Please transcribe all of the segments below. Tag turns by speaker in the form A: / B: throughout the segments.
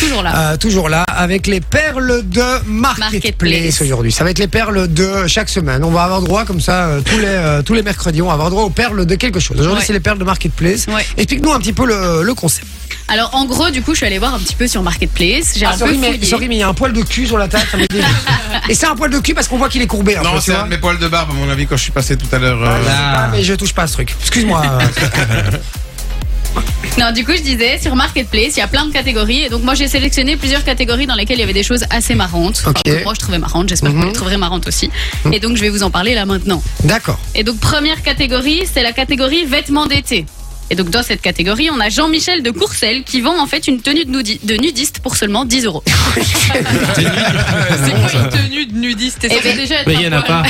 A: Toujours là.
B: Euh, toujours là avec les perles de Marketplace,
A: Marketplace.
B: aujourd'hui. Ça va être les perles de chaque semaine. On va avoir droit comme ça euh, tous les euh, tous les mercredis, on va avoir droit aux perles de quelque chose. Aujourd'hui,
A: Ouais.
B: c'est les perles de Marketplace.
A: Ouais.
B: Explique-nous un petit peu le, le concept.
A: Alors en gros, du coup, je suis allée voir un petit peu sur Marketplace. J'ai
B: Ah,
A: un peu
B: sorry, mais,
A: fouillé.
B: sorry, mais il y a un poil de cul sur la table. ça me dégoûte. Et c'est un poil de cul parce qu'on voit qu'il est courbé. un peu,
C: Non,
B: tu
C: c'est
B: vois.
C: un de mes poils de barbe, à mon avis, quand je suis passé tout à l'heure. euh,
B: Ah, mais je touche pas à ce truc. Excuse-moi.
A: Non, du coup, je disais sur Marketplace, il y a plein de catégories. Et donc moi, j'ai sélectionné plusieurs catégories dans lesquelles il y avait des choses assez marrantes.
B: Ok. Mhm.
A: Enfin, que moi, je trouvais marrantes. J'espère que vous les trouverez marrantes aussi. Et donc, je vais vous en parler là maintenant.
B: D'accord.
A: Et donc, première catégorie, c'est la catégorie vêtements d'été. Et donc, dans cette catégorie, on a Jean-Michel de Courcelles qui vend en fait une tenue de, nudi- de nudiste pour seulement 10 euros.
D: C'est quoi une tenue de nudiste T'es
A: Eh
D: censé
A: ben-
D: déjà être
E: Mais il n'y en a
D: un poil.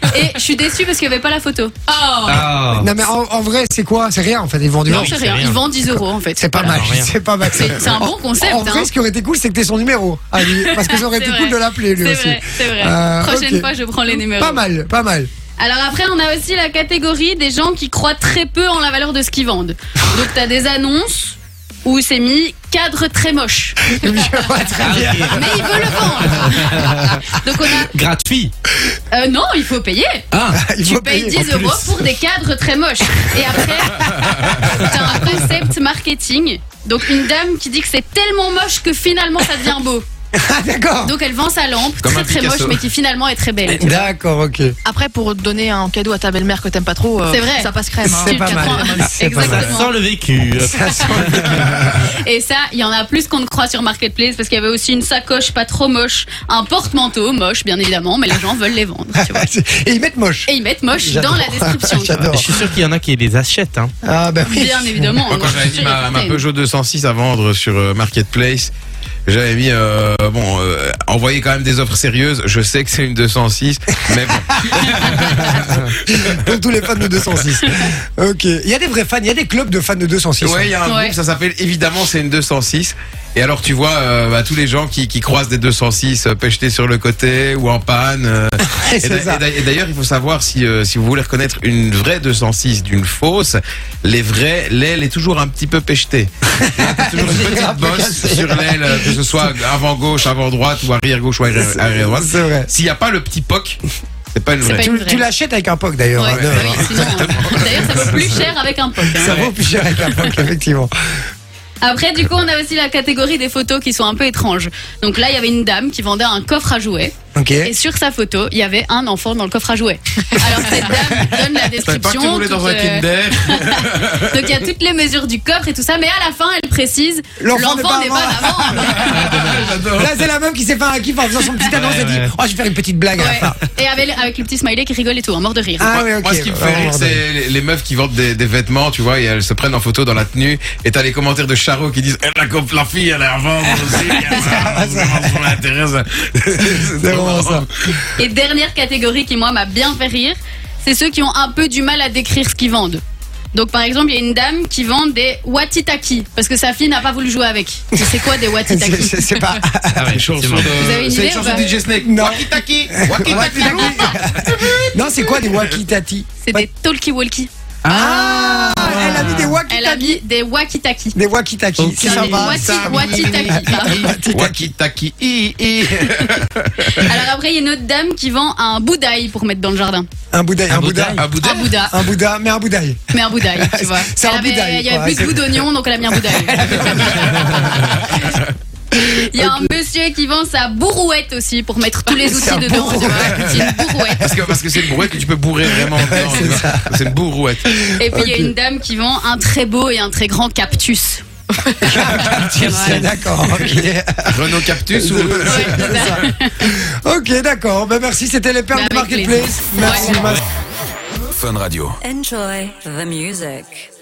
E: pas.
A: Et je suis déçue parce qu'il n'y avait pas la photo.
D: Oh.
E: Ah.
B: Non, mais en, en vrai, c'est quoi C'est rien en fait. Ils vendent du
A: Non,
B: linge.
A: c'est
E: c'est
A: rien.
E: rien.
A: Il vend 10 euros en fait.
B: C'est pas
A: Voilà.
B: mal.
E: rien.
B: C'est pas mal.
A: C'est c'est un bon concept.
B: En vrai,
A: hein.
B: ce qui aurait été cool, c'est que t'aies son numéro à lui. Parce que ça aurait été
A: C'est
B: cool
A: vrai.
B: de l'appeler lui
A: C'est
B: aussi.
A: vrai, c'est vrai.
B: Euh,
A: Prochaine
B: ok.
A: fois, je prends les numéros.
B: Pas mal, pas mal.
A: Alors après, on a aussi la catégorie des gens qui croient très peu en la valeur de ce qu'ils vendent. Donc t'as des annonces où c'est mis cadre très moche,
B: Je vois très bien.
A: mais il veut le vendre. Donc on
E: Gratuit.
A: a, euh, non, il faut payer.
E: Ah.
B: Il
A: Tu
B: faut
A: payes
B: payer.
A: 10 euros pour des cadres très moches. Et après, t'as un concept marketing. Donc une dame qui dit que c'est tellement moche que finalement ça devient beau.
B: Ah, d'accord.
A: Donc elle vend sa lampe
C: Comme
A: très
C: un
A: très moche
C: Picasso.
A: mais qui finalement est très belle.
B: D'accord, ok.
D: Après, pour donner un cadeau à ta belle-mère que t'aimes pas trop, euh,
A: C'est vrai.
D: ça passe crème. hein.
B: C'est pas
A: le
B: mal.
A: comprends.
B: C'est pas
E: Ça
B: mal.
A: Exactement.
E: sent le vécu.
B: Ça sent le-
A: Et ça, il y en a plus qu'on ne croit sur Marketplace parce qu'il y avait aussi une sacoche pas trop moche, un porte-manteau moche bien évidemment, mais les gens veulent les vendre. tu vois.
B: Et ils mettent moche.
A: Et ils mettent moche dans
B: J'adore.
A: la description. tu vois.
B: J'adore.
E: Je suis sûr qu'il y en a qui les achètent. Hein.
B: Ah, bah oui.
A: Bien évidemment.
C: Moi, quand
A: moi, je
C: j'avais
A: suis
C: mis ma, ma
A: certaine.
C: Peugeot 206 à vendre sur euh, Marketplace, j'avais mis, euh, bon, euh, envoyer quand même des offres sérieuses. Je sais que c'est une 206, mais bon,
B: Pour tous les fans de 206. Ok. Il y a des vrais fans, il y a des clubs de fans de 206.
C: ouais, il y a un
A: Ouais.
C: groupe, ça s'appelle évidemment c'est une 206. Et alors tu vois euh, bah, tous les gens qui, qui croisent des 206 euh, pechetés sur le côté ou en panne. euh,
B: Et
C: Et
B: c'est
C: d'a-
B: ça.
C: et d'a- et d'ailleurs, il faut savoir si, euh, si vous voulez reconnaître une vraie 206 d'une fausse, les vrais, l'aile est toujours un petit peu pechetée. Il y a toujours
B: Un
C: une petite
B: peu
C: bosse
B: cassée.
C: sur l'aile, euh, que ce soit avant gauche, avant droite, ou arrière gauche, ou arrière, arrière droite.
B: C'est vrai.
C: S'il n'y a pas le petit POC, c'est pas une
A: C'est
C: vraie.
A: pas
B: Tu, tu l'achètes avec un POC d'ailleurs.
A: Ouais,
B: hein,
A: bah
B: de-
A: oui, sinon, hein. D'ailleurs, ça vaut plus cher avec un poc. hein.
B: Ça vaut plus cher avec un POC, effectivement.
A: Après, du coup, on a aussi la catégorie des photos qui sont un peu étranges. Donc là, il y avait une dame qui vendait un coffre à jouets.
B: Ok.
A: Et sur sa photo, il y avait un enfant dans le coffre à jouets. Alors cette dame donne la
C: Je savais
A: description.
C: pas que tu voulais dans
A: toute,
C: un
A: euh,
C: Kinder.
A: Donc il y a toutes les mesures du coffre et tout ça, mais à la fin, elle précise
B: L'enfant
A: l'enfant n'est pas
B: à
A: à vendre.
C: J'adore.
B: Là, c'est la même qui s'est fait un kiff en faisant son petit annonce
E: Ouais,
B: et dit
E: ouais.
B: Oh, je vais faire une petite blague à la
A: Ouais.
B: fin.
A: Et avec, avec le petit smiley qui rigole et tout, hein, mort de rire.
B: Ah, oui,
C: Moi-
B: ok.
C: Moi, ce qui me fait
B: Vraiment,
C: rire,
B: bordel.
C: c'est les, les meufs qui vendent des, des vêtements, tu vois, et elles se prennent en photo dans la tenue, et t'as les commentaires de Charo qui disent, Eh, la, cop- la fille, elle est à vendre aussi, elle va- vraiment, ça l'intéresse. C'est
B: C'est
C: trop
B: vraiment
C: marrant.
B: ça.
A: Et dernière catégorie qui, moi, m'a bien fait rire, c'est ceux qui ont un peu du mal à décrire ce qu'ils vendent. Donc, par exemple, il y a une dame qui vend des watitaki, parce que sa fille n'a pas voulu jouer avec. Mais C'est quoi des
B: C'est-
A: watitaki
B: c'est- C'est pas.
E: Ah ouais, effectivement.
A: Vous avez une
C: C'est
A: idée
C: une chanson
A: ou
C: de
A: pas
C: DJ Snake.
B: Non.
C: Wakitaki. Wakitaki.
B: Non, c'est quoi des wakitati
A: C'est des talkie-walkie.
B: Ah Elle a mis des
A: Elle a
B: wakitati.
A: mis des wakitaki.
B: Des wakitaki.
E: Ok.
B: C'est ça
A: Des
B: va.
A: waki-
B: ça.
A: wakitaki, pardon.
C: Wakitaki. I, I.
A: Alors après, il y a une autre dame qui vend un boudaï pour mettre dans le jardin.
B: Un bouddha. Un
E: Un
B: bouddha.
E: bouddha.
C: Ah, Bouddha.
A: Un bouddha.
B: Un bouddha, mais un bouddhaï.
A: Mais un boudaille, tu vois.
B: C'est un
A: Elle avait-
B: boudaille,
A: Il y avait
B: quoi,
A: plus de
B: c'est-
A: bout d'oignon, donc elle a mis un boudaille. Il y a un monsieur qui vend sa bourrouette aussi pour mettre tous les
B: un
A: outils dedans. tu vois. C'est une bourrouette.
C: Parce que, parce que c'est une brouette que tu peux bourrer vraiment. dedans, tu vois. C'est une bourrouette.
A: Et puis il y a une dame qui vend un très beau et un très grand cactus.
B: C'est D'accord. ok.
C: Renault Cactus ou.
A: Ouais, c'est ça.
B: Ok, d'accord. Ben merci. C'était les perles
A: Mais
B: du
A: avec
B: marketplace.
A: plaisir.
B: Merci.
A: Ouais.
B: merci.
F: Enjoy the music.